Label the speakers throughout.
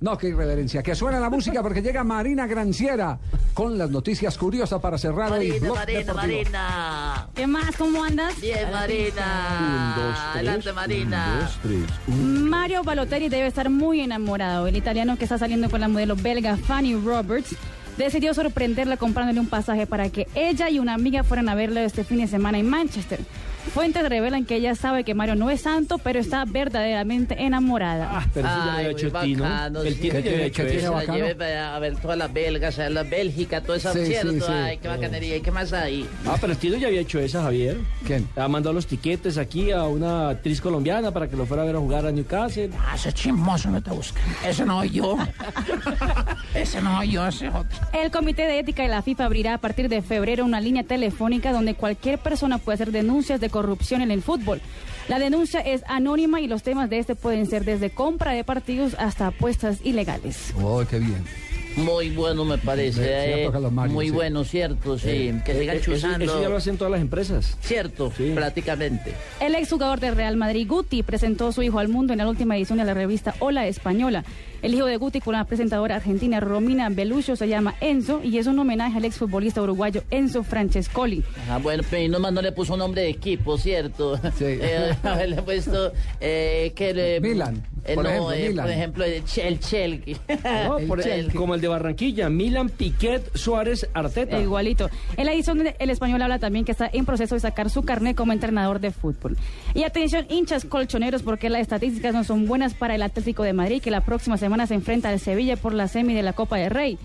Speaker 1: No, qué irreverencia. Que suena la música porque llega Marina Granciera con las noticias curiosas para cerrar el
Speaker 2: Marina,
Speaker 1: blog
Speaker 2: Marina,
Speaker 1: deportivo.
Speaker 2: Marina.
Speaker 3: ¿Qué más? ¿Cómo andas?
Speaker 2: Bien, Marina. Adelante, Marina.
Speaker 3: Mario Balotelli debe estar muy enamorado. El italiano que está saliendo con la modelo belga Fanny Roberts decidió sorprenderla comprándole un pasaje para que ella y una amiga fueran a verlo este fin de semana en Manchester. Fuentes revelan que ella sabe que Mario no es santo, pero está verdaderamente enamorada.
Speaker 4: Pero eso ya lo
Speaker 2: Ay,
Speaker 4: había
Speaker 2: muy
Speaker 4: hecho Tino.
Speaker 2: bacano,
Speaker 4: El eh.
Speaker 2: sí.
Speaker 4: Tino ya había
Speaker 1: ¿Qué
Speaker 4: hecho
Speaker 1: tiene
Speaker 4: eso.
Speaker 2: Se la
Speaker 1: bacano?
Speaker 2: lleve para- a ver todas las belgas, a la Bélgica, todo eso,
Speaker 1: Sí,
Speaker 2: ¿cierto?
Speaker 1: sí, sí.
Speaker 2: Ay, qué bacanería, ¿y qué más hay?
Speaker 4: Ah, pero el Tino ya había hecho esa, Javier.
Speaker 1: ¿Quién?
Speaker 4: Ha mandado los tiquetes aquí a una actriz colombiana para que lo fuera a ver a jugar a Newcastle.
Speaker 5: Ah, ese chismoso no te busca. Ese no soy yo. ese no soy yo, ese es otro.
Speaker 3: El Comité de Ética de la FIFA abrirá a partir de febrero una línea telefónica donde cualquier persona puede hacer denuncias de corrupción en el fútbol. La denuncia es anónima y los temas de este pueden ser desde compra de partidos hasta apuestas ilegales.
Speaker 1: Oh, qué bien.
Speaker 2: Muy bueno, me parece.
Speaker 1: Sí, sí,
Speaker 2: eh.
Speaker 1: toca los Mario,
Speaker 2: Muy
Speaker 1: sí.
Speaker 2: bueno, ¿cierto? Sí, que
Speaker 4: Eh,
Speaker 2: sigan
Speaker 4: eso-
Speaker 2: chuzando.
Speaker 4: Eso ya lo hacen todas las empresas.
Speaker 2: ¿Cierto?
Speaker 4: Sí.
Speaker 2: Prácticamente.
Speaker 3: El exjugador de Real Madrid, Guti, presentó a su hijo al mundo en la última edición de la revista Hola Española. El hijo de Guti con la presentadora argentina Romina Belucho se llama Enzo y es un homenaje al exfutbolista uruguayo Enzo Francescoli.
Speaker 2: Ah, bueno, pero y nomás no le puso nombre de equipo, ¿cierto?
Speaker 1: Sí.
Speaker 2: Eh, le he puesto eh, que le-
Speaker 1: Milan,
Speaker 2: eh,
Speaker 1: por
Speaker 2: no,
Speaker 1: ejemplo,
Speaker 2: eh,
Speaker 1: Milan. Oh,
Speaker 2: por ejemplo, el Chel Chelqui.
Speaker 4: No, por-
Speaker 2: Ah, Chelsea.
Speaker 4: como el de Barranquilla, Milan, Piquet, Suárez, Arteta.
Speaker 3: Eh, Igualito. En la edición de El Español habla también que está en proceso de sacar su carnet como entrenador de fútbol. Y atención, hinchas colchoneros, porque las estadísticas no son buenas para el Atlético de Madrid, que la próxima semana se enfrenta al Sevilla por la semi de la Copa del Rey.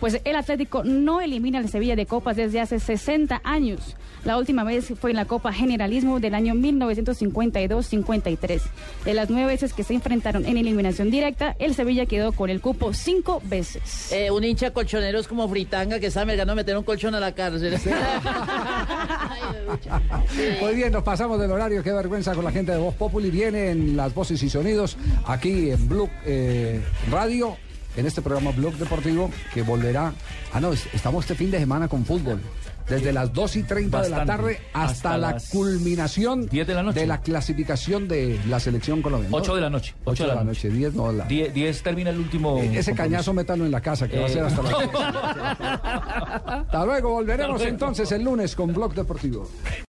Speaker 3: Pues el Atlético no elimina al Sevilla de Copas desde hace 60 años. La última vez fue en la Copa Generalismo del año 1952-53. De las nueve veces que se enfrentaron en eliminación directa, el Sevilla quedó con el cupo cinco veces.
Speaker 2: Eh, un hincha colchonero es como fritanga que sabe ganó meter un colchón a la cárcel.
Speaker 1: Muy bien, nos pasamos del horario. Qué vergüenza con la gente de Voz Populi. Vienen las voces y sonidos aquí en Blue eh, Radio, en este programa Blog Deportivo, que volverá. Ah, no, es- estamos este fin de semana con fútbol. Desde las 2 y 30 de la
Speaker 4: Bastante.
Speaker 1: tarde hasta,
Speaker 4: Hasta
Speaker 1: la
Speaker 4: las
Speaker 1: culminación
Speaker 6: 10 de la noche.
Speaker 1: clasificación de la selección colombiana.
Speaker 6: 8 de la noche.
Speaker 1: 8 de la noche, 10 no. La...
Speaker 6: 10 termina el último.
Speaker 1: Eh, Ese
Speaker 6: compromiso.
Speaker 1: cañazo métalo en la casa, que va a
Speaker 6: Eh,
Speaker 1: ser hasta la... Hasta luego, volveremos entonces el lunes con Blog Deportivo.